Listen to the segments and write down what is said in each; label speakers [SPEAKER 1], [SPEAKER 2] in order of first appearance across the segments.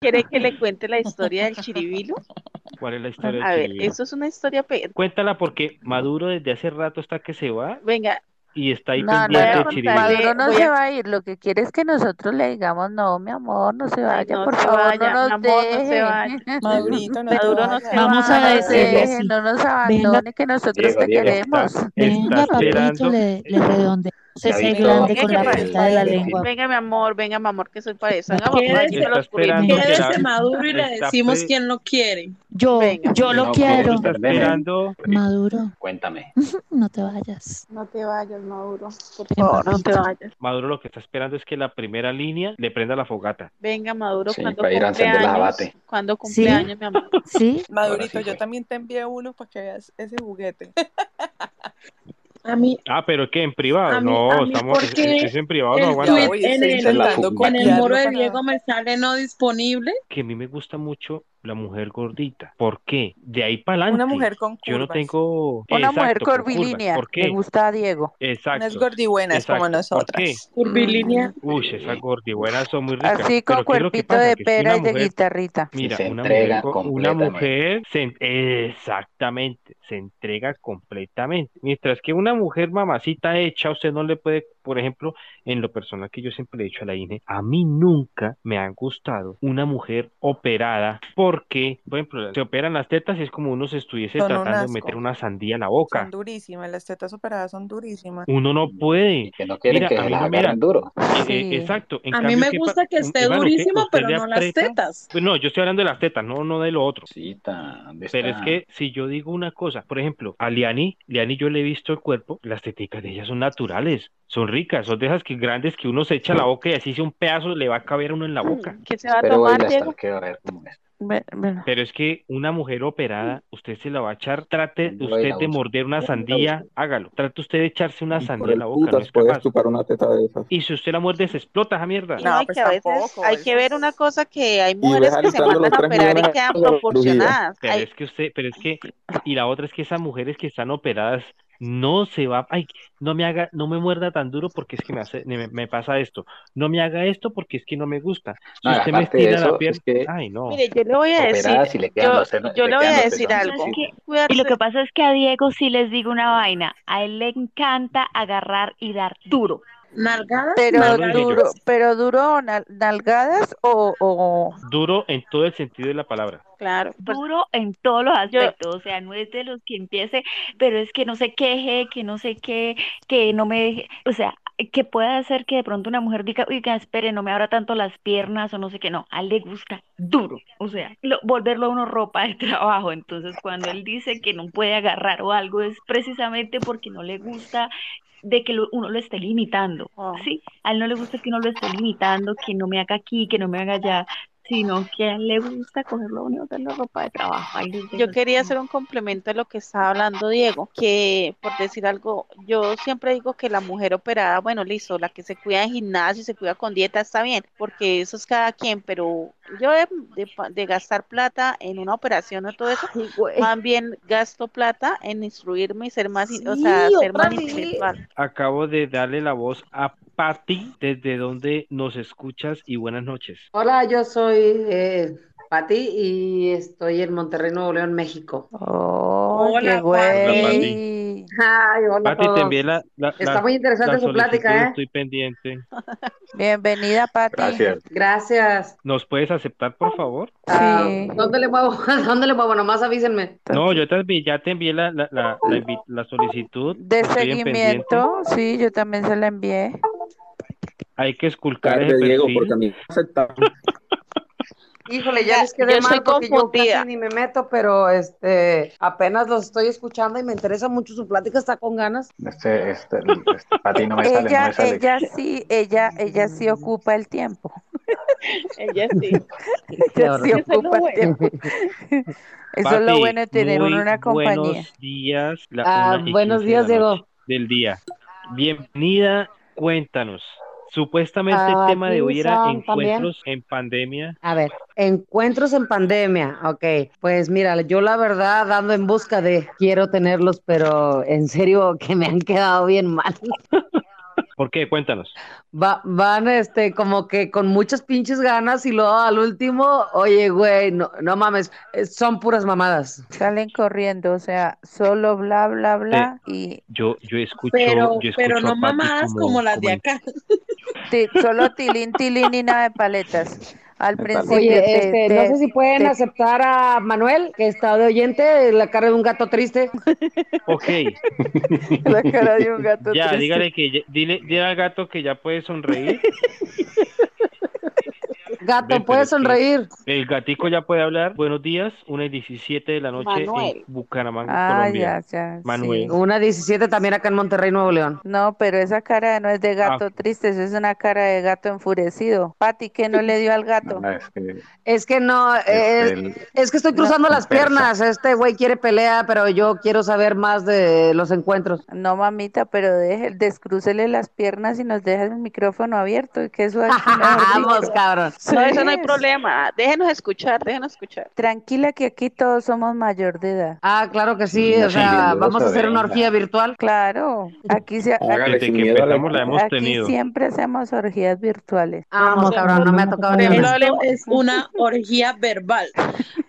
[SPEAKER 1] ¿Quiere que le cuente la historia del chiribilo?
[SPEAKER 2] ¿Cuál es
[SPEAKER 3] Ah,
[SPEAKER 2] la historia
[SPEAKER 1] A
[SPEAKER 2] del
[SPEAKER 1] ver,
[SPEAKER 2] chiribilo?
[SPEAKER 1] eso es una historia... pe-
[SPEAKER 2] Cuéntala porque Maduro desde hace rato está que se va
[SPEAKER 1] Venga,
[SPEAKER 2] y está ahí
[SPEAKER 3] No, no,
[SPEAKER 2] pendiente
[SPEAKER 1] voy a
[SPEAKER 2] de
[SPEAKER 1] contar.
[SPEAKER 2] Chiribilo.
[SPEAKER 3] Maduro no
[SPEAKER 1] voy
[SPEAKER 3] se
[SPEAKER 1] a-
[SPEAKER 3] va a ir, lo que quiere es que nosotros le digamos, no, mi amor, no se vaya,
[SPEAKER 1] no
[SPEAKER 3] por
[SPEAKER 1] se
[SPEAKER 3] favor,
[SPEAKER 1] vaya,
[SPEAKER 3] no nos
[SPEAKER 1] mi amor, no se
[SPEAKER 3] deje.
[SPEAKER 1] vaya.
[SPEAKER 4] Madurito, no te
[SPEAKER 1] Maduro no se
[SPEAKER 4] vayas.
[SPEAKER 3] No
[SPEAKER 5] Vamos a
[SPEAKER 3] nos
[SPEAKER 1] vaya.
[SPEAKER 5] decirle
[SPEAKER 3] deje,
[SPEAKER 5] así,
[SPEAKER 3] no nos abandone, que nosotros
[SPEAKER 6] Diego,
[SPEAKER 3] te
[SPEAKER 6] Diego,
[SPEAKER 2] Está,
[SPEAKER 3] queremos.
[SPEAKER 2] está
[SPEAKER 5] venga papito,
[SPEAKER 2] esperando.
[SPEAKER 5] le, le redondeamos ese
[SPEAKER 6] Davidito,
[SPEAKER 5] glande
[SPEAKER 4] venga,
[SPEAKER 5] con la
[SPEAKER 4] que parece-
[SPEAKER 5] punta de la lengua.
[SPEAKER 1] Venga, mi amor, venga, mi amor, que soy pareja. Venga,
[SPEAKER 5] Quédese-
[SPEAKER 1] papá, yo
[SPEAKER 2] Está
[SPEAKER 1] lo
[SPEAKER 2] esperando
[SPEAKER 5] Venga.
[SPEAKER 2] que
[SPEAKER 4] Quédese
[SPEAKER 2] la-
[SPEAKER 4] Maduro y le
[SPEAKER 2] está
[SPEAKER 4] decimos
[SPEAKER 2] pe-
[SPEAKER 4] quién lo quiere.
[SPEAKER 5] Yo,
[SPEAKER 1] Venga.
[SPEAKER 5] yo lo
[SPEAKER 6] No,
[SPEAKER 5] quiero.
[SPEAKER 2] Está
[SPEAKER 6] Perdeme.
[SPEAKER 2] esperando.
[SPEAKER 5] Maduro,
[SPEAKER 6] Cuéntame.
[SPEAKER 5] no te vayas.
[SPEAKER 1] No te vayas, Maduro. Por
[SPEAKER 5] Ven,
[SPEAKER 1] favor, no te
[SPEAKER 5] papito.
[SPEAKER 1] vayas.
[SPEAKER 2] Maduro lo que está esperando es que la primera línea le prenda la fogata.
[SPEAKER 1] Venga, Maduro,
[SPEAKER 6] Sí,
[SPEAKER 1] cuando
[SPEAKER 6] para ir a
[SPEAKER 1] cumple
[SPEAKER 6] encender el
[SPEAKER 1] años.
[SPEAKER 6] abate.
[SPEAKER 1] Cuando
[SPEAKER 5] ¿Sí?
[SPEAKER 1] cumple años, mi amor.
[SPEAKER 5] ¿Sí?
[SPEAKER 4] Madurito,
[SPEAKER 6] Ahora sí,
[SPEAKER 4] yo
[SPEAKER 6] pues.
[SPEAKER 4] también te envié uno para que veas ese juguete.
[SPEAKER 7] A mí,
[SPEAKER 2] Ah, pero ¿qué? ¿En privado?
[SPEAKER 7] A mí-
[SPEAKER 2] no,
[SPEAKER 7] a mí
[SPEAKER 2] estamos
[SPEAKER 7] porque
[SPEAKER 2] es- es en privado,
[SPEAKER 7] el
[SPEAKER 2] no aguanta.
[SPEAKER 7] tweet-
[SPEAKER 4] Uy,
[SPEAKER 7] en
[SPEAKER 4] estoy
[SPEAKER 7] el-
[SPEAKER 4] intentando
[SPEAKER 6] en el
[SPEAKER 7] en el
[SPEAKER 4] copiarlo
[SPEAKER 7] muro de
[SPEAKER 4] para-
[SPEAKER 7] Diego me sale no disponible.
[SPEAKER 2] Que a mí me gusta mucho la mujer gordita. ¿Por qué? De ahí para adelante.
[SPEAKER 4] Una mujer con curvas.
[SPEAKER 2] Yo no tengo.
[SPEAKER 3] Una
[SPEAKER 2] Exacto,
[SPEAKER 3] mujer
[SPEAKER 2] con curvas.
[SPEAKER 3] curvilínea,
[SPEAKER 2] ¿Por
[SPEAKER 3] le
[SPEAKER 2] qué?
[SPEAKER 3] gusta a Diego.
[SPEAKER 4] Unas
[SPEAKER 2] Exacto.
[SPEAKER 4] gordibuenas
[SPEAKER 2] Exacto.
[SPEAKER 4] como
[SPEAKER 2] ¿Por qué?
[SPEAKER 4] nosotras.
[SPEAKER 7] Curvilínea.
[SPEAKER 2] Uy, esas gordibuenas son muy ricas.
[SPEAKER 3] Así con
[SPEAKER 2] pero ¿qué es lo que
[SPEAKER 3] cuerpito
[SPEAKER 2] pasa?
[SPEAKER 3] de
[SPEAKER 2] Que si una
[SPEAKER 3] pera y de
[SPEAKER 2] mujer-
[SPEAKER 3] guitarrita.
[SPEAKER 2] Mira,
[SPEAKER 6] se
[SPEAKER 2] una
[SPEAKER 6] entrega
[SPEAKER 2] mujer, co- una
[SPEAKER 6] completamente.
[SPEAKER 2] mujer se en- exactamente, se entrega completamente. Mientras que una mujer mamacita hecha, usted no le puede, por ejemplo, en lo personal que yo siempre le he dicho a la INE, a mí nunca me ha gustado una mujer operada porque, por ejemplo, se operan las tetas y es como uno se estuviese
[SPEAKER 4] Son un
[SPEAKER 2] tratando de
[SPEAKER 4] asco.
[SPEAKER 2] meter una sandía en la
[SPEAKER 4] Son
[SPEAKER 2] boca.
[SPEAKER 4] durísimas, las tetas operadas son durísimas.
[SPEAKER 2] Uno no puede.
[SPEAKER 6] Y que no quieren
[SPEAKER 2] Mira,
[SPEAKER 6] que
[SPEAKER 2] a
[SPEAKER 6] se
[SPEAKER 2] mí
[SPEAKER 6] las
[SPEAKER 2] no, mira.
[SPEAKER 6] agarren duro.
[SPEAKER 2] Eh, eh,
[SPEAKER 3] Sí.
[SPEAKER 2] exacto. En
[SPEAKER 7] A mí
[SPEAKER 2] cambio,
[SPEAKER 7] me
[SPEAKER 2] ¿qué
[SPEAKER 7] gusta
[SPEAKER 2] pa-
[SPEAKER 7] que
[SPEAKER 2] un-
[SPEAKER 7] esté
[SPEAKER 2] hermano, ¿qué?
[SPEAKER 7] durísima,
[SPEAKER 2] ¿Usted
[SPEAKER 7] pero
[SPEAKER 2] le
[SPEAKER 7] no las
[SPEAKER 2] aprieta?
[SPEAKER 7] tetas.
[SPEAKER 2] Pues no, yo estoy hablando de las tetas, no, no de lo otro.
[SPEAKER 6] Sí, ta, ¿dónde
[SPEAKER 2] Pero es
[SPEAKER 6] está?
[SPEAKER 2] que si yo digo una cosa, por ejemplo, a Liani, Liani yo le he visto el cuerpo, las teticas de ella son naturales, son ricas, son de esas que grandes que uno se echa a la boca y así si un pedazo le va a caber a uno en la boca.
[SPEAKER 1] ¿Qué se va a
[SPEAKER 6] Espero
[SPEAKER 1] tomar,
[SPEAKER 6] oírla hasta
[SPEAKER 1] Diego?
[SPEAKER 6] el que va a ver cómo es.
[SPEAKER 3] Ve- bueno.
[SPEAKER 2] Pero es que una mujer operada, usted se la va a echar, trate
[SPEAKER 6] Yo la
[SPEAKER 2] usted de
[SPEAKER 6] uso.
[SPEAKER 2] morder una
[SPEAKER 6] la
[SPEAKER 2] sandía, hágalo, trate usted de echarse una
[SPEAKER 8] Y por
[SPEAKER 2] sandía en
[SPEAKER 8] el
[SPEAKER 2] la boca, no
[SPEAKER 8] putas
[SPEAKER 2] es
[SPEAKER 8] puedes
[SPEAKER 2] capaz.
[SPEAKER 8] chupar una teta de esas.
[SPEAKER 2] Y si usted la muerde, se explota esa mierda.
[SPEAKER 1] Y
[SPEAKER 4] No,
[SPEAKER 1] no, hay
[SPEAKER 4] pues
[SPEAKER 1] que a veces
[SPEAKER 4] tampoco,
[SPEAKER 1] hay
[SPEAKER 4] eso
[SPEAKER 1] que ver
[SPEAKER 4] es-
[SPEAKER 1] una cosa que hay
[SPEAKER 8] ves
[SPEAKER 1] mujeres que se
[SPEAKER 8] alistando
[SPEAKER 1] mandan
[SPEAKER 8] los
[SPEAKER 1] a
[SPEAKER 8] tres
[SPEAKER 1] operar y
[SPEAKER 8] millones
[SPEAKER 1] quedan
[SPEAKER 8] de la
[SPEAKER 1] proporcionadas.
[SPEAKER 2] Pero
[SPEAKER 1] Hay-
[SPEAKER 2] es que usted, pero es que, y la otra es que esas mujeres que están operadas no se va, ay, no me haga, no me muerda tan duro porque es que me hace, me, me pasa esto, no me haga esto porque es que no me gusta. Si
[SPEAKER 6] No, y
[SPEAKER 2] usted me
[SPEAKER 6] aparte de
[SPEAKER 2] estira la
[SPEAKER 6] eso,
[SPEAKER 2] pierna,
[SPEAKER 6] es que
[SPEAKER 2] ay, no.
[SPEAKER 1] Mire, yo le voy a decir,
[SPEAKER 6] operadas y le quedan
[SPEAKER 1] yo-
[SPEAKER 6] los senos-
[SPEAKER 1] yo le voy
[SPEAKER 6] quedan
[SPEAKER 1] a
[SPEAKER 6] los
[SPEAKER 1] decir
[SPEAKER 6] pezones
[SPEAKER 1] algo.
[SPEAKER 6] chiquitos.
[SPEAKER 5] Y
[SPEAKER 1] cuidarse-
[SPEAKER 5] lo que pasa es que a Diego sí les digo una vaina, a él le encanta agarrar y dar duro.
[SPEAKER 1] Ah,
[SPEAKER 7] Nalgadas,
[SPEAKER 3] Pero
[SPEAKER 2] Maduro y Diego.
[SPEAKER 3] duro, pero duro, nal- nalgadas o, o-
[SPEAKER 2] Duro en todo el sentido de la palabra.
[SPEAKER 1] claro, pues,
[SPEAKER 5] Duro en todos los
[SPEAKER 1] Yo-
[SPEAKER 5] aspectos, o sea, no es de los que empiece, pero es que no se queje, que no sé qué, que no me deje, o sea, que pueda hacer que de pronto una mujer diga, oiga, espere, no me abra tanto las piernas o no sé qué, no, a él le gusta duro, o sea, lo- volverlo a uno ropa de trabajo, entonces cuando él dice que no puede agarrar o algo es precisamente porque no le gusta de que lo- uno lo esté limitando,
[SPEAKER 1] Oh.
[SPEAKER 5] ¿sí? A él no le gusta que uno lo esté limitando, que no me haga aquí, que no me haga allá, sino que a él le gusta cogerlo unido de la ropa de trabajo. Ahí les
[SPEAKER 1] yo
[SPEAKER 5] dejo.
[SPEAKER 1] quería hacer un complemento a lo que estaba hablando Diego, que por decir algo, yo siempre digo que la mujer operada, bueno, listo, la que se cuida en gimnasio, y se cuida con dieta, está bien, porque eso es cada quien, pero yo de, de pa- de gastar plata en una operación o todo eso,
[SPEAKER 5] Ay,
[SPEAKER 9] Eh.
[SPEAKER 5] güey.
[SPEAKER 1] más bien gasto plata en instruirme y ser más, in- o
[SPEAKER 7] Sí,
[SPEAKER 1] sea, ser
[SPEAKER 7] otra
[SPEAKER 1] más
[SPEAKER 7] vez.
[SPEAKER 1] intelectual.
[SPEAKER 2] Acabo de darle la voz a Patti, desde donde nos escuchas y buenas noches.
[SPEAKER 9] Hola, yo soy eh, Pati y estoy en Monterrey, Nuevo León, México.
[SPEAKER 3] oh,
[SPEAKER 4] Hola,
[SPEAKER 3] qué
[SPEAKER 4] Pati.
[SPEAKER 3] güey.
[SPEAKER 9] Ay, hola a
[SPEAKER 2] Patti,
[SPEAKER 9] todos.
[SPEAKER 2] te envié la, la,
[SPEAKER 9] Está
[SPEAKER 2] la-
[SPEAKER 9] muy interesante
[SPEAKER 2] la
[SPEAKER 9] su
[SPEAKER 2] solicitud,
[SPEAKER 9] plática, ¿eh?
[SPEAKER 2] estoy pendiente.
[SPEAKER 3] Bienvenida, Pati.
[SPEAKER 6] Gracias.
[SPEAKER 9] Gracias.
[SPEAKER 2] ¿Nos puedes aceptar, por favor?
[SPEAKER 9] Ah,
[SPEAKER 3] Sí.
[SPEAKER 9] ¿dónde le muevo? ¿Dónde le muevo? Nomás avísenme.
[SPEAKER 2] No, yo te envié, ya te envié la, la, la, la invi- la solicitud.
[SPEAKER 3] De
[SPEAKER 2] estoy en pendiente.
[SPEAKER 3] seguimiento, sí, yo también se la envié.
[SPEAKER 2] Hay que esculcar ese
[SPEAKER 8] Tarde, Diego,
[SPEAKER 2] perfil.
[SPEAKER 8] porque a mí no aceptaron.
[SPEAKER 9] Híjole, ya les quedé
[SPEAKER 1] Yo
[SPEAKER 9] mal
[SPEAKER 1] estoy
[SPEAKER 9] porque yo
[SPEAKER 1] confundida.
[SPEAKER 9] casi ni me meto, pero este apenas los estoy escuchando y me interesa mucho su plática, está con ganas.
[SPEAKER 6] Este, este, este, para ti no
[SPEAKER 9] Eh,
[SPEAKER 6] me sale, no
[SPEAKER 3] Ella,
[SPEAKER 6] me sale.
[SPEAKER 3] ella sí, ella, ella sí ocupa el tiempo.
[SPEAKER 1] Ella eh, sí.
[SPEAKER 3] Ella
[SPEAKER 1] Eso
[SPEAKER 3] sí
[SPEAKER 1] es lo
[SPEAKER 3] ocupa el
[SPEAKER 1] bueno.
[SPEAKER 3] tiempo. Eso es lo
[SPEAKER 2] Pati,
[SPEAKER 3] bueno de tener
[SPEAKER 2] muy
[SPEAKER 3] uno una compañía.
[SPEAKER 2] Buenos días. la
[SPEAKER 9] Ah,
[SPEAKER 2] una y
[SPEAKER 9] buenos
[SPEAKER 2] quince de
[SPEAKER 9] días,
[SPEAKER 2] la
[SPEAKER 9] Diego.
[SPEAKER 2] noche del día. Bienvenida, cuéntanos. Supuestamente
[SPEAKER 9] Ah,
[SPEAKER 2] el tema de
[SPEAKER 9] aquí
[SPEAKER 2] hoy era
[SPEAKER 9] son también.
[SPEAKER 2] encuentros en pandemia.
[SPEAKER 9] A ver, encuentros en pandemia, ok. Pues mira, yo la verdad ando en busca de quiero tenerlos, pero en serio que me han quedado bien mal.
[SPEAKER 2] ¿Por qué? Cuéntanos.
[SPEAKER 9] Va- van este como que con muchas pinches ganas y luego al último, oye, güey, no, no mames, eh, son puras mamadas.
[SPEAKER 3] Salen corriendo, o sea, solo bla, bla, bla. Y
[SPEAKER 2] Yo, yo escucho,
[SPEAKER 7] Pero,
[SPEAKER 2] yo escucho
[SPEAKER 7] pero
[SPEAKER 2] a
[SPEAKER 7] no
[SPEAKER 2] Pati
[SPEAKER 7] mamadas como, las de
[SPEAKER 2] como-
[SPEAKER 7] acá.
[SPEAKER 3] ti- solo tilín, tilín y nada de paletas. Al
[SPEAKER 6] De paletas.
[SPEAKER 3] principio
[SPEAKER 9] Oye,
[SPEAKER 3] te-
[SPEAKER 9] este,
[SPEAKER 3] te-
[SPEAKER 9] no sé si pueden
[SPEAKER 3] te-
[SPEAKER 9] aceptar a Manuel, que está de oyente, de la cara de un gato triste.
[SPEAKER 2] Ok,
[SPEAKER 3] la cara de un gato
[SPEAKER 2] ya,
[SPEAKER 3] triste.
[SPEAKER 2] dígale que, ya- dile, dile al gato que ya puede sonreír. Ve,
[SPEAKER 9] Gato,
[SPEAKER 2] pero es
[SPEAKER 9] puedes
[SPEAKER 2] que-
[SPEAKER 9] sonreír.
[SPEAKER 2] El gatico ya puede hablar. Buenos días, una y 17 de la noche
[SPEAKER 1] Manuel.
[SPEAKER 2] en Bucaramanga,
[SPEAKER 3] Ah,
[SPEAKER 2] Colombia.
[SPEAKER 3] ya, ya.
[SPEAKER 2] Manuel.
[SPEAKER 3] sí.
[SPEAKER 9] Una 17 también acá en Monterrey, Nuevo León.
[SPEAKER 3] No, pero esa cara no es de
[SPEAKER 2] Ah.
[SPEAKER 3] gato triste, eso es una cara de gato enfurecido. Pati, ¿qué no le dio al gato?
[SPEAKER 6] No, es que, Este, es
[SPEAKER 9] Es que no, eh, es,
[SPEAKER 6] el-
[SPEAKER 9] que estoy cruzando
[SPEAKER 6] No.
[SPEAKER 9] las piernas. Este güey quiere pelea, pero yo quiero saber más de los encuentros.
[SPEAKER 3] No, mamita, pero deje, descrúcele las piernas y nos deja el micrófono abierto. y Que eso aquí, mejor
[SPEAKER 9] Vamos,
[SPEAKER 3] dicho.
[SPEAKER 9] cabrón.
[SPEAKER 1] No, eso no hay
[SPEAKER 3] Sí.
[SPEAKER 1] problema. Déjenos escuchar, déjenos escuchar.
[SPEAKER 3] Tranquila que aquí todos somos mayor de edad.
[SPEAKER 9] Ah, claro que sí.
[SPEAKER 6] Sí,
[SPEAKER 9] o sea,
[SPEAKER 6] sí,
[SPEAKER 9] vamos a hacer una
[SPEAKER 6] venga.
[SPEAKER 9] orgía virtual.
[SPEAKER 3] Claro, aquí se,
[SPEAKER 6] Hágale
[SPEAKER 2] Desde
[SPEAKER 6] sin
[SPEAKER 2] que
[SPEAKER 6] miedo a la-
[SPEAKER 2] empezamos la hemos
[SPEAKER 3] aquí
[SPEAKER 2] tenido.
[SPEAKER 3] siempre hacemos orgías virtuales.
[SPEAKER 9] Vamos, cabrón, no me ha tocado
[SPEAKER 1] Por
[SPEAKER 9] ni
[SPEAKER 1] ejemplo,
[SPEAKER 9] una.
[SPEAKER 7] Esto
[SPEAKER 1] hablemos-
[SPEAKER 7] es una orgía verbal.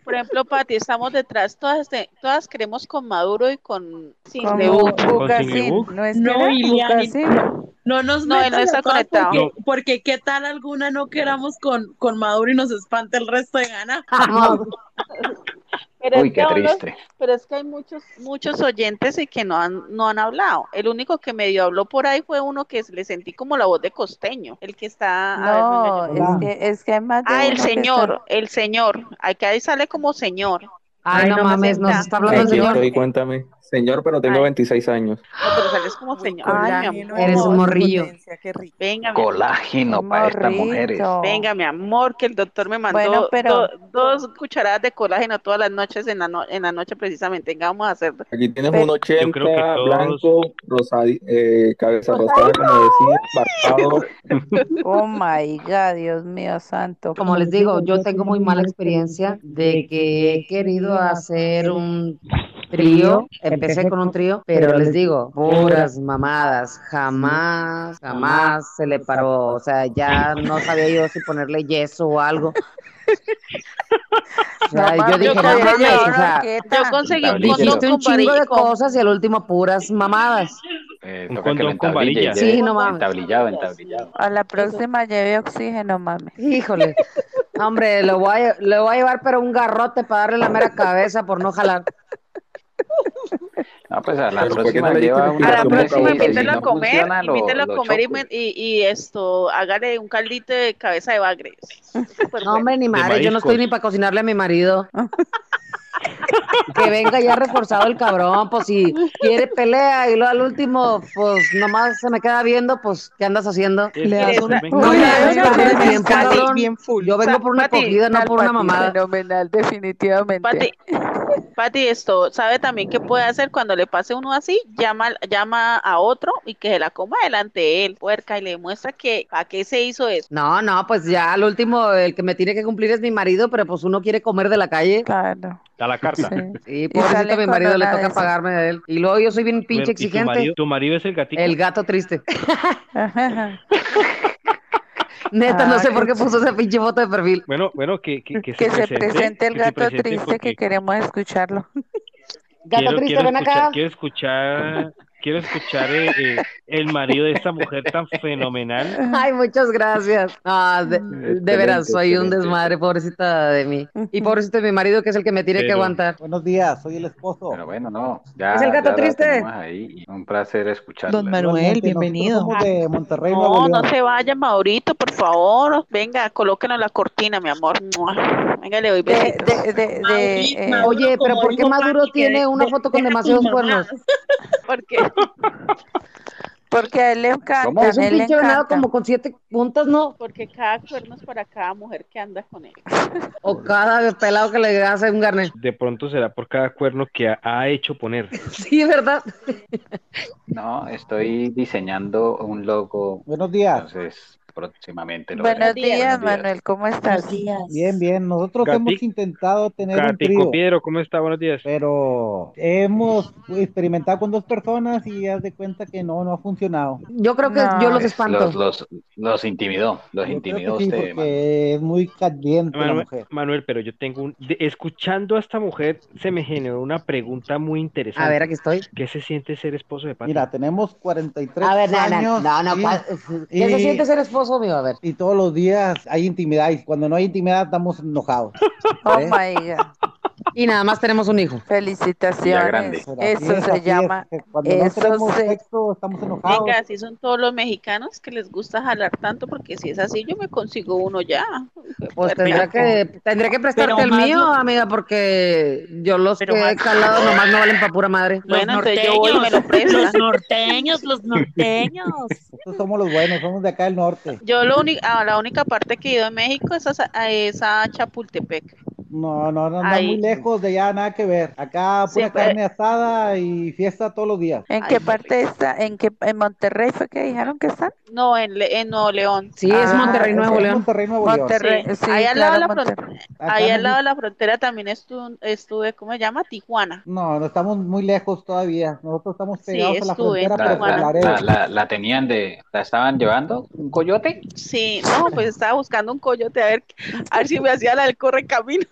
[SPEAKER 1] por ejemplo, Pati, estamos detrás, todas, de- todas queremos con Maduro y con sin
[SPEAKER 3] Como
[SPEAKER 1] Lebu.
[SPEAKER 3] Bucasín,
[SPEAKER 2] Singlebook?
[SPEAKER 3] ¿no es que
[SPEAKER 7] No,
[SPEAKER 3] era?
[SPEAKER 7] Iliani,
[SPEAKER 3] Bucasín.
[SPEAKER 7] No nos
[SPEAKER 1] No, él no
[SPEAKER 7] metas
[SPEAKER 1] está
[SPEAKER 7] a todas
[SPEAKER 1] conectado.
[SPEAKER 7] Porque, porque qué tal alguna no queramos con, con Maduro y nos espanta el resto de gana.
[SPEAKER 9] Vamos.
[SPEAKER 1] Pero,
[SPEAKER 6] Uy,
[SPEAKER 1] es que
[SPEAKER 6] qué
[SPEAKER 1] aún los-
[SPEAKER 6] triste.
[SPEAKER 1] pero es que hay muchos, muchos oyentes y que no han, no han hablado. El único que medio habló por ahí fue uno que le sentí como la voz de costeño, el que está. a ver, venga, yo-
[SPEAKER 3] No, es que, es que hay más de
[SPEAKER 1] Ah, el
[SPEAKER 3] uno que está-
[SPEAKER 1] señor, el señor. Aquí ahí sale como señor.
[SPEAKER 9] Ay, no mames, nos está hablando el
[SPEAKER 8] Aquí
[SPEAKER 9] señor.
[SPEAKER 8] estoy, cuéntame. Señor, pero tengo
[SPEAKER 1] Ay.
[SPEAKER 8] 26 años.
[SPEAKER 1] No, pero sales como señor. Ay, mi amor.
[SPEAKER 9] eres un morrillo.
[SPEAKER 1] Venga, mi amor.
[SPEAKER 6] Colágeno para estas
[SPEAKER 3] Morrito.
[SPEAKER 6] mujeres.
[SPEAKER 1] Venga, mi amor, que el doctor me mandó
[SPEAKER 3] Bueno, pero-
[SPEAKER 1] do- dos cucharadas de colágeno todas las noches en la, no- en la noche precisamente. Venga, vamos a hacer.
[SPEAKER 8] Aquí tienes
[SPEAKER 3] Pero-
[SPEAKER 8] un
[SPEAKER 2] Yo creo que
[SPEAKER 8] 80,
[SPEAKER 2] todos-
[SPEAKER 8] blanco, rosadi- eh, cabeza rosada, como decía, barbado.
[SPEAKER 3] Oh my God, Dios mío santo.
[SPEAKER 9] Como les digo, yo tengo muy mala experiencia de que he querido hacer un trío. Empecé con un trío, pero les digo, puras mamadas. Jamás, jamás se le paró. O sea, ya no sabía yo si ponerle yeso o algo. O sea, yo dije, no
[SPEAKER 1] sabía
[SPEAKER 9] mames,
[SPEAKER 1] yo,
[SPEAKER 9] o sea,
[SPEAKER 1] Yo conseguí un
[SPEAKER 6] Tablillo.
[SPEAKER 1] condón
[SPEAKER 9] dijiste un
[SPEAKER 1] con
[SPEAKER 9] chingo de
[SPEAKER 1] varilla. con-
[SPEAKER 9] cosas y al último puras mamadas.
[SPEAKER 6] Eh,
[SPEAKER 2] Un
[SPEAKER 6] toca que
[SPEAKER 2] condón
[SPEAKER 6] lo
[SPEAKER 2] con
[SPEAKER 6] entablille,
[SPEAKER 2] varilla.
[SPEAKER 6] ya
[SPEAKER 9] Sí,
[SPEAKER 6] es
[SPEAKER 9] no mames.
[SPEAKER 6] Entablillado, entablillado.
[SPEAKER 3] A la próxima lleve oxígeno, mami.
[SPEAKER 9] Híjole. No, Hombre, lo voy, a, le voy a llevar pero un garrote para darle la mera cabeza por no jalar.
[SPEAKER 6] No, pues a la
[SPEAKER 8] Pero ¿por qué
[SPEAKER 6] próxima
[SPEAKER 8] no le
[SPEAKER 6] lleva un
[SPEAKER 8] dices que
[SPEAKER 1] A la
[SPEAKER 8] Yo
[SPEAKER 1] próxima
[SPEAKER 8] me acabo de
[SPEAKER 1] invítelo a
[SPEAKER 8] decir, no
[SPEAKER 1] comer, invítelo a comer y,
[SPEAKER 6] me...
[SPEAKER 1] me- y- y esto, hágale un caldito de cabeza de bagre. Súper
[SPEAKER 9] No,
[SPEAKER 1] bueno.
[SPEAKER 9] hombre, ni madre,
[SPEAKER 2] maíz
[SPEAKER 9] yo no estoy
[SPEAKER 2] con-
[SPEAKER 9] ni para cocinarle a mi marido. que venga ya reforzado el cabrón, pues si quiere pelea y luego al último, pues nomás se me queda viendo, pues, ¿qué andas haciendo?
[SPEAKER 4] Le das un-
[SPEAKER 1] Venga,
[SPEAKER 9] No
[SPEAKER 4] Uy,
[SPEAKER 9] me
[SPEAKER 4] ya
[SPEAKER 9] hagas
[SPEAKER 4] ves, Pati,
[SPEAKER 9] perder el
[SPEAKER 3] Pues,
[SPEAKER 9] tiempo,
[SPEAKER 4] Pati,
[SPEAKER 9] cabrón.
[SPEAKER 4] bien full.
[SPEAKER 9] Yo vengo por una
[SPEAKER 1] Pati,
[SPEAKER 9] cogida, no
[SPEAKER 3] Tal,
[SPEAKER 9] por una
[SPEAKER 3] Pati,
[SPEAKER 9] mamada.
[SPEAKER 3] Fenomenal, definitivamente.
[SPEAKER 1] Pati, Pati, esto, ¿sabe también qué puede hacer cuando le pase uno así? Llama, al- llama a otro y que se la coma delante de él, puerca, y le demuestra que, ¿para qué se hizo eso?
[SPEAKER 9] No, no, pues ya al último, el que me tiene que cumplir es mi marido, pero pues uno quiere comer de la calle.
[SPEAKER 3] Claro,
[SPEAKER 2] A la carta.
[SPEAKER 3] sí.
[SPEAKER 9] Sí,
[SPEAKER 3] salen
[SPEAKER 9] pobrecito mi
[SPEAKER 3] con
[SPEAKER 9] marido, le
[SPEAKER 3] una de
[SPEAKER 9] toca
[SPEAKER 3] esas.
[SPEAKER 9] pagarme a él. Y luego yo soy bien pinche
[SPEAKER 2] ¿Y tu
[SPEAKER 9] exigente.
[SPEAKER 2] marido- tu marido es el gatito.
[SPEAKER 9] El gato triste.
[SPEAKER 3] que
[SPEAKER 9] Neta,
[SPEAKER 3] Ah,
[SPEAKER 9] no sé
[SPEAKER 3] qué
[SPEAKER 9] por qué puso esa pinche foto de perfil.
[SPEAKER 2] Bueno, bueno, que, que, que
[SPEAKER 3] se presente el
[SPEAKER 2] que se
[SPEAKER 3] gato
[SPEAKER 2] presente
[SPEAKER 3] triste
[SPEAKER 2] porque
[SPEAKER 3] que queremos escucherlo.
[SPEAKER 9] Gato
[SPEAKER 2] quiero,
[SPEAKER 9] triste,
[SPEAKER 2] quiero
[SPEAKER 9] ven
[SPEAKER 2] escuchar,
[SPEAKER 9] acá.
[SPEAKER 2] Quiero escuchar, quiero escuchar eh, eh, el marido de esta mujer tan fenomenal.
[SPEAKER 9] Ay, muchas gracias. Ah, de,
[SPEAKER 8] Mm.
[SPEAKER 9] de veras,
[SPEAKER 6] Excelente,
[SPEAKER 9] soy un
[SPEAKER 6] excelente.
[SPEAKER 9] desmadre, pobrecita de mí. Y pobrecito de mi marido, que es el que me tiene que
[SPEAKER 2] Pero-
[SPEAKER 9] aguantar.
[SPEAKER 10] Buenos días, soy el esposo.
[SPEAKER 6] Pero bueno, no. Ya,
[SPEAKER 9] Es el gato
[SPEAKER 6] ya la
[SPEAKER 9] triste.
[SPEAKER 6] tenemos ahí. Un placer escucharla.
[SPEAKER 4] Don Manuel.
[SPEAKER 10] Igualmente, nosotros
[SPEAKER 4] bienvenido.
[SPEAKER 10] Somos de Monterrey,
[SPEAKER 1] No,
[SPEAKER 10] Nuevo
[SPEAKER 1] no
[SPEAKER 10] León.
[SPEAKER 1] se vaya, Maurito, por favor. Venga, colóquenos la cortina, mi amor. Venga, le doy
[SPEAKER 3] De,
[SPEAKER 1] besitos.
[SPEAKER 3] de, de, de,
[SPEAKER 7] Mauri-
[SPEAKER 3] eh,
[SPEAKER 7] Mauri-
[SPEAKER 9] Oye, pero
[SPEAKER 7] como
[SPEAKER 9] ¿por qué
[SPEAKER 7] dijo
[SPEAKER 9] Maduro
[SPEAKER 7] Pati, que
[SPEAKER 9] tiene
[SPEAKER 7] de-
[SPEAKER 9] una
[SPEAKER 7] de-
[SPEAKER 9] foto con
[SPEAKER 7] deja tus
[SPEAKER 9] demasiados
[SPEAKER 7] mamadas.
[SPEAKER 9] cuernos?
[SPEAKER 1] Porque
[SPEAKER 3] porque a él le
[SPEAKER 6] ¿Cómo?
[SPEAKER 3] encanta,
[SPEAKER 9] Es
[SPEAKER 3] a
[SPEAKER 9] un
[SPEAKER 3] él le
[SPEAKER 9] pinche venado
[SPEAKER 3] encanta.
[SPEAKER 9] como con siete puntas, ¿no?
[SPEAKER 1] Porque cada cuerno es para cada mujer que anda con él.
[SPEAKER 9] O cada pelado que le hace un garnet.
[SPEAKER 2] De pronto será por cada cuerno que ha, ha hecho poner.
[SPEAKER 9] Sí, ¿verdad?
[SPEAKER 6] No, estoy diseñando un logo.
[SPEAKER 10] Buenos días.
[SPEAKER 6] Entonces, próximamente. lo
[SPEAKER 4] Buenos
[SPEAKER 6] veremos.
[SPEAKER 4] días, Manuel, ¿cómo estás?
[SPEAKER 9] Bien, bien. Nosotros
[SPEAKER 2] Katy-
[SPEAKER 9] hemos intentado tener un
[SPEAKER 2] Katy
[SPEAKER 9] trío.
[SPEAKER 2] Copiero, ¿cómo está? Buenos días.
[SPEAKER 9] Pero hemos experimentado con dos personas y haz de cuenta que no, no ha funcionado.
[SPEAKER 3] Yo creo que
[SPEAKER 9] No.
[SPEAKER 3] yo los
[SPEAKER 6] Pues,
[SPEAKER 3] espanto.
[SPEAKER 6] Los, los, los intimidó, los intimidó
[SPEAKER 9] Creo que sí,
[SPEAKER 6] usted. man.
[SPEAKER 9] porque es muy caliente la
[SPEAKER 2] Manuel,
[SPEAKER 9] mujer.
[SPEAKER 2] Manuel, pero yo tengo un... de- escuchando a esta mujer, se me generó una pregunta muy interesante.
[SPEAKER 3] A ver, aquí estoy.
[SPEAKER 2] ¿Qué se siente ser esposo de Pati?
[SPEAKER 9] Mira, tenemos 43
[SPEAKER 3] A ver, no, no,
[SPEAKER 9] años.
[SPEAKER 3] no, no,
[SPEAKER 9] y-
[SPEAKER 3] ¿cuál- ¿Qué se
[SPEAKER 9] y-
[SPEAKER 3] siente ser esposo mío? A ver.
[SPEAKER 9] Y todos los días hay intimidad y cuando no hay intimidad estamos enojados.
[SPEAKER 4] Oh
[SPEAKER 9] ¿eh?
[SPEAKER 4] my God.
[SPEAKER 3] Y nada más tenemos un hijo.
[SPEAKER 6] Ya grande.
[SPEAKER 4] Felicitaciones.
[SPEAKER 9] Pero así
[SPEAKER 4] Eso
[SPEAKER 9] es,
[SPEAKER 4] se
[SPEAKER 9] así es,
[SPEAKER 4] llama.
[SPEAKER 9] que Cuando no
[SPEAKER 4] eso
[SPEAKER 9] tenemos
[SPEAKER 4] se-
[SPEAKER 9] sexo estamos enojados.
[SPEAKER 1] Venga, así son todos los mexicanos que les gusta jalar tanto, porque si es así, yo me consigo uno ya.
[SPEAKER 3] Pues tendrá que, tendré que prestarte
[SPEAKER 11] Pero
[SPEAKER 3] el
[SPEAKER 11] más
[SPEAKER 3] mío,
[SPEAKER 11] no-
[SPEAKER 3] amiga, porque yo los
[SPEAKER 11] Pero
[SPEAKER 3] que he
[SPEAKER 11] más-
[SPEAKER 3] calado nomás no valen para pura madre.
[SPEAKER 1] Bueno, entonces yo voy y me lo
[SPEAKER 11] los
[SPEAKER 1] prestan.
[SPEAKER 11] norteños, los norteños.
[SPEAKER 9] Nosotros somos los buenos, somos de acá del norte.
[SPEAKER 1] Yo lo único, ah, la única parte que he ido a México es a, Sa- a- es a Chapultepec.
[SPEAKER 9] No, no, no, anda
[SPEAKER 1] Ay.
[SPEAKER 9] muy lejos de allá, nada que ver. Acá pura
[SPEAKER 1] Siempre-
[SPEAKER 9] carne asada y fiesta todos los días.
[SPEAKER 4] ¿En
[SPEAKER 1] Ay,
[SPEAKER 4] qué
[SPEAKER 1] qué
[SPEAKER 4] parte está? ¿En qué en Monterrey fue que dijeron que están?
[SPEAKER 1] No, en, Le- en Nuevo León.
[SPEAKER 3] Sí, es
[SPEAKER 4] Ah,
[SPEAKER 3] Monterrey,
[SPEAKER 9] es-
[SPEAKER 3] Nuevo
[SPEAKER 9] es
[SPEAKER 3] León.
[SPEAKER 9] Monterrey, Nuevo León.
[SPEAKER 4] Monterrey,
[SPEAKER 1] Sí,
[SPEAKER 4] sí,
[SPEAKER 1] ahí al lado
[SPEAKER 4] claro,
[SPEAKER 1] de la
[SPEAKER 4] Monterrey.
[SPEAKER 9] Acá
[SPEAKER 1] Ahí
[SPEAKER 9] no
[SPEAKER 1] al lado
[SPEAKER 9] vi-
[SPEAKER 1] de la frontera también estu- estuve, ¿cómo se llama? Tijuana.
[SPEAKER 9] No, no estamos muy lejos todavía. Nosotros estamos
[SPEAKER 1] Sí,
[SPEAKER 9] pegados a la
[SPEAKER 1] estuve en
[SPEAKER 9] frontera,
[SPEAKER 6] La,
[SPEAKER 9] pero por
[SPEAKER 1] Tijuana.
[SPEAKER 6] la,
[SPEAKER 9] Laredo.
[SPEAKER 6] la, la, la tenían de, la estaban llevando, un coyote.
[SPEAKER 1] Sí, no, pues estaba buscando un coyote a ver, a ver si me hacía la del correcaminos.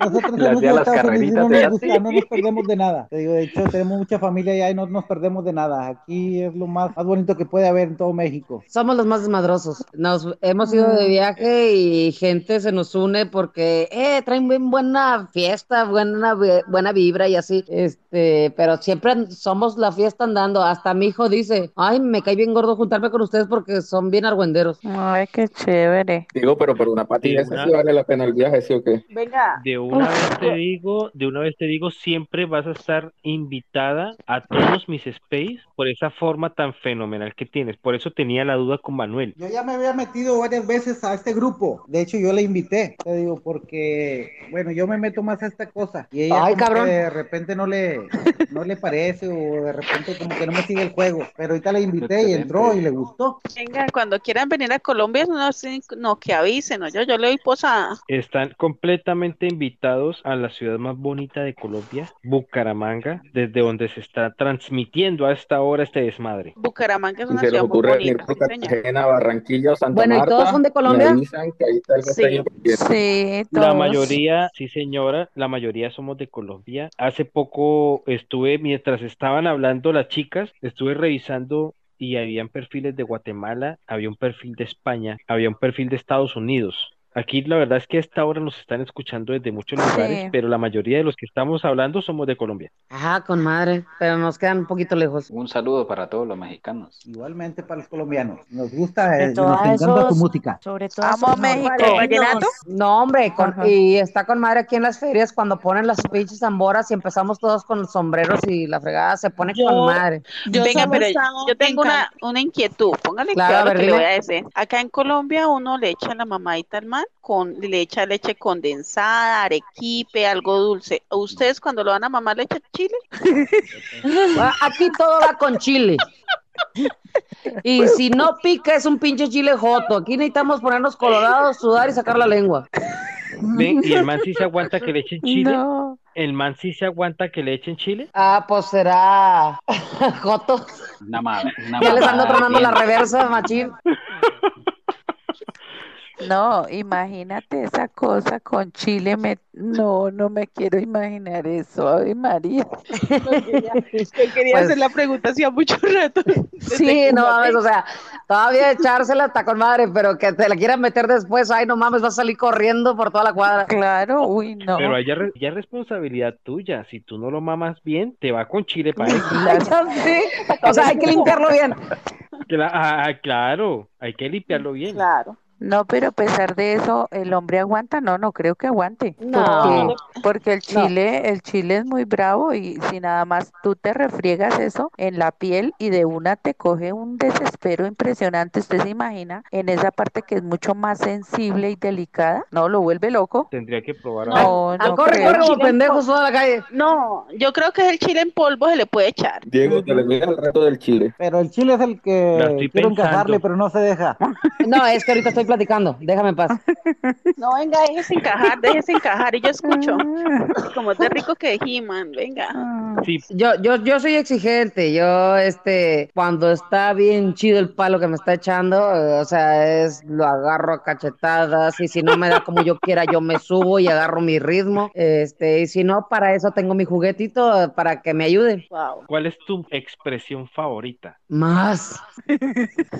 [SPEAKER 9] Nosotros
[SPEAKER 6] Le
[SPEAKER 9] hemos
[SPEAKER 6] hacía
[SPEAKER 9] ido a
[SPEAKER 6] las
[SPEAKER 9] Estados Unidos y
[SPEAKER 6] carreritas
[SPEAKER 9] no
[SPEAKER 6] de
[SPEAKER 9] nos
[SPEAKER 6] gato.
[SPEAKER 9] gusta, no nos perdemos de nada. Te digo, de hecho, tenemos mucha familia allá y no nos perdemos de nada. Aquí es lo más, más bonito que puede haber en todo México.
[SPEAKER 3] Somos los más desmadrosos. Nos hemos ido de
[SPEAKER 4] Mm.
[SPEAKER 3] viaje y gente se nos une porque eh, traen bien buena fiesta, buena, vi- buena vibra y así. Este, pero siempre an- somos la fiesta andando. Hasta mi hijo dice, ay, me cae bien gordo juntarme con ustedes porque son bien argüenderos.
[SPEAKER 4] Ay, qué chévere.
[SPEAKER 8] Digo, pero por una
[SPEAKER 2] De
[SPEAKER 8] patilla, esa
[SPEAKER 2] una-
[SPEAKER 8] sí vale la pena el viaje, ¿sí o qué?
[SPEAKER 1] Venga,
[SPEAKER 2] De una vez te digo, de una vez te digo, siempre vas a estar invitada a todos mis space por esa forma tan fenomenal que tienes. Por eso tenía la duda con Manuel.
[SPEAKER 9] Yo ya me había metido varias veces a este grupo. De hecho, yo la invité. Te digo, porque, bueno, yo me meto más a esta cosa. Y ella
[SPEAKER 3] Ay,
[SPEAKER 9] como
[SPEAKER 3] cabrón.
[SPEAKER 9] que de repente no le, no le parece o de repente como que no me sigue el juego. Pero ahorita la invité y entró y le gustó.
[SPEAKER 1] venga, cuando quieran venir a Colombia, no, sí, no que avisen, ¿no? Yo, yo le doy posada.
[SPEAKER 2] Están completamente invitados a la ciudad más bonita de Colombia, Bucaramanga, desde donde se está transmitiendo a esta hora este desmadre.
[SPEAKER 1] Bucaramanga es
[SPEAKER 8] Si
[SPEAKER 1] una
[SPEAKER 8] se les
[SPEAKER 1] ciudad muy
[SPEAKER 8] ocurre venir
[SPEAKER 1] bonita,
[SPEAKER 8] por
[SPEAKER 1] sí, señor.
[SPEAKER 8] Cartagena, Barranquilla o Santa
[SPEAKER 3] Bueno, ¿y todos
[SPEAKER 8] Marta,
[SPEAKER 3] son de
[SPEAKER 8] me
[SPEAKER 3] Colombia?
[SPEAKER 8] avisan que ahí tal vez
[SPEAKER 1] Sí.
[SPEAKER 8] hay un proyecto.
[SPEAKER 4] Sí,
[SPEAKER 2] La
[SPEAKER 4] todos.
[SPEAKER 2] mayoría, sí señora, la mayoría somos de Colombia. Hace poco estuve, mientras estaban hablando las chicas, estuve revisando y habían perfiles de Guatemala, había un perfil de España, había un perfil de Estados Unidos. Aquí la verdad es que a esta hora nos están escuchando desde muchos lugares,
[SPEAKER 4] Sí.
[SPEAKER 2] pero la mayoría de los que estamos hablando somos de Colombia.
[SPEAKER 3] Ah, con madre, pero nos quedan un poquito lejos.
[SPEAKER 6] Un saludo para todos los mexicanos.
[SPEAKER 9] Igualmente para los colombianos. Nos gusta,
[SPEAKER 12] Sobre
[SPEAKER 9] eh,
[SPEAKER 12] todo
[SPEAKER 9] nos
[SPEAKER 12] a
[SPEAKER 9] encanta su
[SPEAKER 12] esos,
[SPEAKER 9] música.
[SPEAKER 12] sobre todo a
[SPEAKER 4] Amo
[SPEAKER 12] esos
[SPEAKER 4] México.
[SPEAKER 12] norteños.
[SPEAKER 1] vallenato?
[SPEAKER 3] No, hombre, con-
[SPEAKER 4] Ajá.
[SPEAKER 3] y está con madre aquí en las ferias cuando ponen las pinches zamboras y empezamos todos con los sombreros y la fregada se pone con
[SPEAKER 11] Yo-
[SPEAKER 3] madre.
[SPEAKER 11] Yo
[SPEAKER 1] Venga,
[SPEAKER 11] solo he
[SPEAKER 1] pero
[SPEAKER 11] estado
[SPEAKER 1] yo tengo
[SPEAKER 11] en Can-
[SPEAKER 1] una, una inquietud. Póngale
[SPEAKER 3] Claro,
[SPEAKER 1] cuidado
[SPEAKER 3] a
[SPEAKER 1] a lo
[SPEAKER 3] ver,
[SPEAKER 1] que le voy
[SPEAKER 3] dime.
[SPEAKER 1] a decir. Acá en Colombia uno le echa la mamadita al man con, le echa leche condensada, arequipe, algo dulce. ¿A ¿Ustedes cuando lo van a mamar le echan chile?
[SPEAKER 3] Ah, Aquí todo va con chile. Y si no pica es un pinche chile joto. Aquí necesitamos ponernos colorados, sudar y sacar la lengua.
[SPEAKER 2] Ven, y el man sí se aguanta que le echen chile,
[SPEAKER 4] No.
[SPEAKER 2] el man sí se aguanta que le echen chile.
[SPEAKER 3] Ah, pues será joto.
[SPEAKER 6] Una, ma- una
[SPEAKER 3] Ya les ando
[SPEAKER 6] mamada
[SPEAKER 3] tronando la
[SPEAKER 6] bien.
[SPEAKER 3] reversa, machín.
[SPEAKER 4] No, imagínate esa cosa con chile. me- No, no me quiero imaginar eso. Ay, María.
[SPEAKER 1] Yo quería, yo quería
[SPEAKER 3] Pues-
[SPEAKER 1] hacer la pregunta hacía mucho rato. desde
[SPEAKER 3] Sí,
[SPEAKER 1] que
[SPEAKER 3] no
[SPEAKER 1] llamé.
[SPEAKER 3] mames, o sea, todavía echársela está con madre, pero que te la quieran meter después, ay, no mames, vas a salir corriendo por toda la cuadra.
[SPEAKER 4] Claro, uy,
[SPEAKER 2] Pero
[SPEAKER 4] no.
[SPEAKER 2] allá re- ya es responsabilidad tuya. Si tú no lo mamas bien, te va con chile para adentro.
[SPEAKER 3] Ay,
[SPEAKER 4] Ya
[SPEAKER 3] ya
[SPEAKER 1] Ah,
[SPEAKER 3] sé. O sea, hay que limpiarlo bien.
[SPEAKER 2] Cla- ah, claro, ah, hay que limpiarlo bien.
[SPEAKER 1] Claro.
[SPEAKER 3] No, pero a pesar de eso, el hombre aguanta, no, no creo que aguante,
[SPEAKER 9] No.
[SPEAKER 3] porque, porque el chile, el chile es muy bravo y si nada más tú te refriegas eso en la piel y de una te coge un desespero impresionante, usted se imagina, en esa parte que es mucho más sensible y delicada, no, lo vuelve loco.
[SPEAKER 2] Tendría que probar algo.
[SPEAKER 3] No, no
[SPEAKER 9] ah, corre,
[SPEAKER 3] creo.
[SPEAKER 9] corre como pendejos toda la calle.
[SPEAKER 1] No, yo creo que el chile en polvo se le puede echar.
[SPEAKER 8] Diego, te le mira el reto del Chile.
[SPEAKER 10] Pero el chile es el
[SPEAKER 2] La
[SPEAKER 10] que
[SPEAKER 2] estoy
[SPEAKER 10] quiero
[SPEAKER 2] pensando.
[SPEAKER 10] encajarle, pero no se deja.
[SPEAKER 9] No, es que ahorita estoy platicando. Déjame en paz.
[SPEAKER 1] No, venga, déjese encajar, déjese encajar. Y yo escucho. Como es de rico que He-Man, venga.
[SPEAKER 3] Ah.
[SPEAKER 2] Sí,
[SPEAKER 9] Yo, yo, yo soy exigente. Yo, este, cuando está bien chido el palo que me está echando, eh, o sea, es lo agarro a cachetadas y si no me da como yo quiera, yo me subo y agarro mi ritmo. Este, y si no, para eso tengo mi juguetito eh, para que me ayude.
[SPEAKER 1] Wow.
[SPEAKER 2] ¿Cuál es tu expresión favorita?
[SPEAKER 9] Más,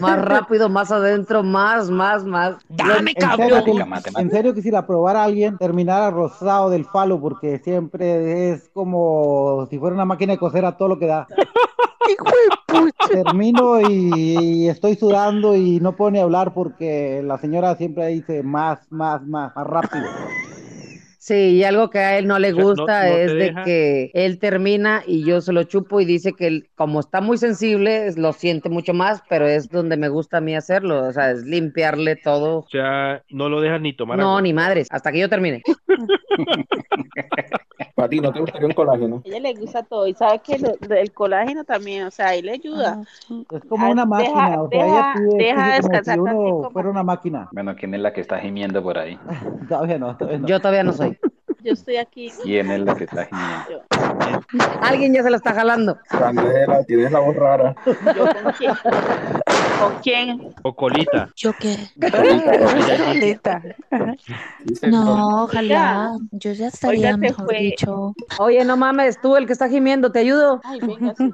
[SPEAKER 9] más rápido, más adentro, más, más, más.
[SPEAKER 10] En- en, serio que,
[SPEAKER 6] Matemática, matemática.
[SPEAKER 10] en serio que si la probara alguien, terminara rosado del falo, porque siempre es como si fuera una máquina de coser a todo lo que da.
[SPEAKER 3] Hijo de pucha.
[SPEAKER 10] Termino y, y estoy sudando y no puedo ni hablar porque la señora siempre dice más, más, más, más rápido.
[SPEAKER 9] Sí, y algo que a él no le
[SPEAKER 2] O sea, no-
[SPEAKER 9] gusta
[SPEAKER 2] no te
[SPEAKER 9] es de
[SPEAKER 2] deja.
[SPEAKER 9] que él termina y yo se lo chupo y dice que él, como está muy sensible, es- lo siente mucho más, pero es donde me gusta a mí hacerlo, o sea, es limpiarle todo.
[SPEAKER 2] O sea, no lo dejas ni tomar
[SPEAKER 9] No,
[SPEAKER 2] agua.
[SPEAKER 9] ni madres, hasta que yo termine.
[SPEAKER 8] Para ti, ¿no te gustaría un colágeno?
[SPEAKER 1] A ella le gusta todo y sabe que lo- lo- el colágeno también, o sea, ahí le ayuda.
[SPEAKER 10] Es como una
[SPEAKER 1] Ah, deja-
[SPEAKER 10] máquina, o sea, ella
[SPEAKER 1] deja-
[SPEAKER 10] sí exige
[SPEAKER 1] deja
[SPEAKER 10] como si
[SPEAKER 1] descansar
[SPEAKER 10] uno
[SPEAKER 1] tantito,
[SPEAKER 10] fuera una máquina.
[SPEAKER 6] Bueno, ¿quién es la que está gimiendo por ahí?
[SPEAKER 10] Todavía no, todavía no.
[SPEAKER 9] Yo todavía no soy.
[SPEAKER 1] Yo estoy aquí.
[SPEAKER 6] ¿Quién es la que está gimiendo?
[SPEAKER 1] Yo,
[SPEAKER 9] Alguien ya se la está jalando.
[SPEAKER 8] Candela, tienes la voz rara.
[SPEAKER 1] yo con quién. ¿Con quién?
[SPEAKER 2] O colita.
[SPEAKER 12] ¿Yo qué?
[SPEAKER 8] Solita, solita.
[SPEAKER 3] Lolita.
[SPEAKER 8] Sí, señor.
[SPEAKER 12] No, ojalá. Yo ya
[SPEAKER 1] Oiga,
[SPEAKER 12] estaría,
[SPEAKER 1] se
[SPEAKER 12] mejor
[SPEAKER 1] fue.
[SPEAKER 12] dicho.
[SPEAKER 9] Oye, no mames, tú el que está gimiendo, te ayudo.
[SPEAKER 1] Ay, venga, sí.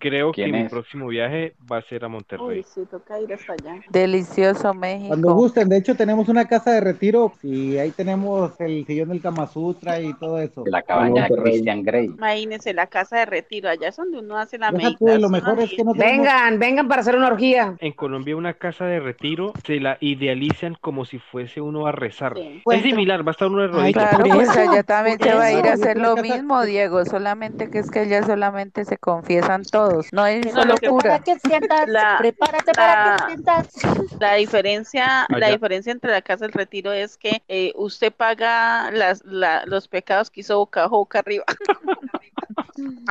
[SPEAKER 2] Creo que
[SPEAKER 6] ¿Quién
[SPEAKER 2] mi
[SPEAKER 6] es?
[SPEAKER 2] próximo viaje va a ser a Monterrey.
[SPEAKER 1] Uy, sí, toca ir hasta allá.
[SPEAKER 3] Delicioso
[SPEAKER 10] Cuando
[SPEAKER 3] México.
[SPEAKER 10] gusten, de hecho tenemos una casa de retiro y ahí tenemos el sillón del Kama Sutra y todo eso.
[SPEAKER 6] La cabaña
[SPEAKER 8] Monterrey.
[SPEAKER 6] Christian Grey.
[SPEAKER 1] Imagínense la casa de retiro, allá es donde uno hace la
[SPEAKER 10] Deja tú, y
[SPEAKER 1] meditación.
[SPEAKER 10] lo mejor es
[SPEAKER 1] y-
[SPEAKER 10] que no tenemos
[SPEAKER 9] Vengan, vengan para hacer una orgía.
[SPEAKER 2] En Colombia una casa de retiro se la idealizan como si fuese uno a rezar.
[SPEAKER 1] Sí.
[SPEAKER 2] Es
[SPEAKER 7] Encuentro.
[SPEAKER 2] similar, va a estar uno de rodillas.
[SPEAKER 3] Claro,
[SPEAKER 7] por
[SPEAKER 3] pues
[SPEAKER 7] eso,
[SPEAKER 3] allá también
[SPEAKER 7] por
[SPEAKER 3] se va a ir a
[SPEAKER 7] eso.
[SPEAKER 3] hacer lo
[SPEAKER 10] Yo creo que
[SPEAKER 3] mismo, Diego, solamente que es que allá solamente se confiesan todos, no hay
[SPEAKER 1] Que no,
[SPEAKER 3] solo
[SPEAKER 1] lo que
[SPEAKER 12] Para
[SPEAKER 3] cura.
[SPEAKER 12] que sientas,
[SPEAKER 1] La,
[SPEAKER 12] prepárate para que
[SPEAKER 1] la,
[SPEAKER 12] sientas.
[SPEAKER 1] La diferencia, la
[SPEAKER 2] Allá.
[SPEAKER 1] diferencia entre la casa del retiro es que eh, usted paga las, la- los pecados que hizo boca abajo, boca arriba.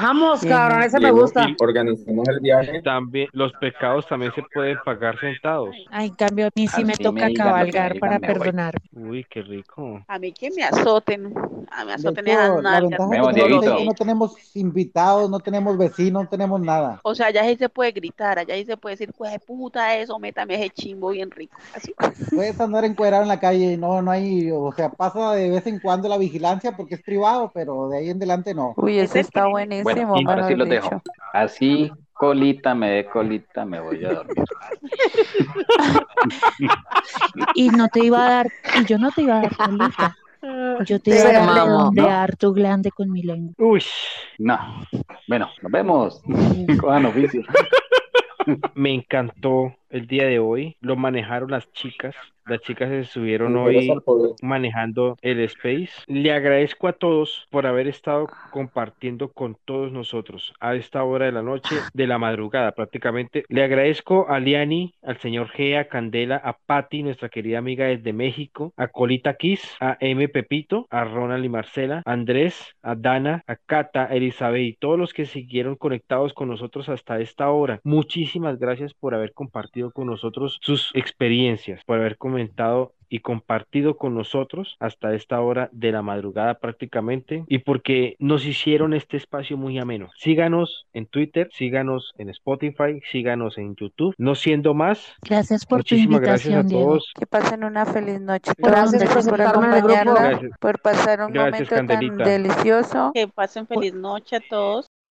[SPEAKER 9] Vamos,
[SPEAKER 3] Bien.
[SPEAKER 9] cabrón, ese me
[SPEAKER 8] Diego,
[SPEAKER 9] gusta.
[SPEAKER 8] y organizamos el viaje.
[SPEAKER 2] También los pecados también se pueden pagar sentados.
[SPEAKER 12] Ay, en cambio, a mí sí me
[SPEAKER 6] Así me digan lo
[SPEAKER 12] toca
[SPEAKER 6] que me
[SPEAKER 12] cabalgar para
[SPEAKER 6] digan, me voy.
[SPEAKER 12] perdonar.
[SPEAKER 2] Uy, qué rico.
[SPEAKER 1] A mí que me azoten, a mí
[SPEAKER 10] De
[SPEAKER 1] azoten esas
[SPEAKER 10] hecho, la
[SPEAKER 1] nalgas,
[SPEAKER 10] ventaja
[SPEAKER 6] Vemos,
[SPEAKER 10] que
[SPEAKER 1] todo
[SPEAKER 10] tenemos es
[SPEAKER 1] lo
[SPEAKER 6] Dieguito.
[SPEAKER 10] que
[SPEAKER 1] que,
[SPEAKER 10] no tenemos invitados, no tenemos vecinos, no tenemos nada.
[SPEAKER 1] o sea, allá sí se puede gritar, allá sí se puede decir, pues puta eso, métame ese chimbo bien rico, así.
[SPEAKER 10] Puedes andar encuadrado en la calle y no, no hay, o sea, pasa de vez en cuando la vigilancia porque es privado, pero de ahí en adelante no.
[SPEAKER 3] Uy,
[SPEAKER 1] Es
[SPEAKER 3] ese
[SPEAKER 1] el
[SPEAKER 3] está
[SPEAKER 1] crimen.
[SPEAKER 6] Bueno,
[SPEAKER 3] buenísimo,
[SPEAKER 6] ahora sí
[SPEAKER 3] mejor
[SPEAKER 6] los dejo.
[SPEAKER 3] dicho.
[SPEAKER 6] Así, colita, me dé colita, me voy a dormir.
[SPEAKER 12] Y no te iba a dar, y yo no te iba a dar colita. Yo te iba a
[SPEAKER 9] Se
[SPEAKER 12] dar
[SPEAKER 9] mamó.
[SPEAKER 12] redondear tu glande con mi lengua.
[SPEAKER 2] Uy,
[SPEAKER 6] No. Bueno, nos vemos. Cojan oficio.
[SPEAKER 2] me encantó el día de hoy. Lo manejaron las chicas. Las chicas se subieron
[SPEAKER 8] Mujeres
[SPEAKER 2] hoy
[SPEAKER 8] al poder.
[SPEAKER 2] manejando el space. Le agradezco a todos por haber estado compartiendo con todos nosotros a esta hora de la noche, de la madrugada prácticamente. Le agradezco a Liani, al señor G, a Candela, a Patti, nuestra querida amiga desde México, a Colita Kiss, a M. Pepito, a Ronald y Marcela, a Andrés, a Dana, a Cata, a Elizabeth y todos los que siguieron conectados con nosotros hasta esta hora. Muchísimas gracias por haber compartido con nosotros sus experiencias, por haber comentado y compartido con nosotros hasta esta hora de la madrugada prácticamente y porque nos hicieron este espacio muy ameno. Síganos en Twitter, síganos en Spotify, síganos en YouTube. No siendo más,
[SPEAKER 12] Gracias por tu
[SPEAKER 2] muchísimas gracias a
[SPEAKER 12] invitación, Diego.
[SPEAKER 2] todos.
[SPEAKER 3] Que pasen una feliz noche.
[SPEAKER 12] Por
[SPEAKER 9] Gracias por
[SPEAKER 3] Gracias
[SPEAKER 12] convertir
[SPEAKER 3] por
[SPEAKER 9] aceptarme en el
[SPEAKER 12] conmigo.
[SPEAKER 9] grupo.
[SPEAKER 3] acompañarla,
[SPEAKER 2] Gracias,
[SPEAKER 3] por pasar un
[SPEAKER 2] gracias
[SPEAKER 3] momento tan
[SPEAKER 2] Candelita.
[SPEAKER 3] delicioso.
[SPEAKER 1] Que pasen feliz noche a todos.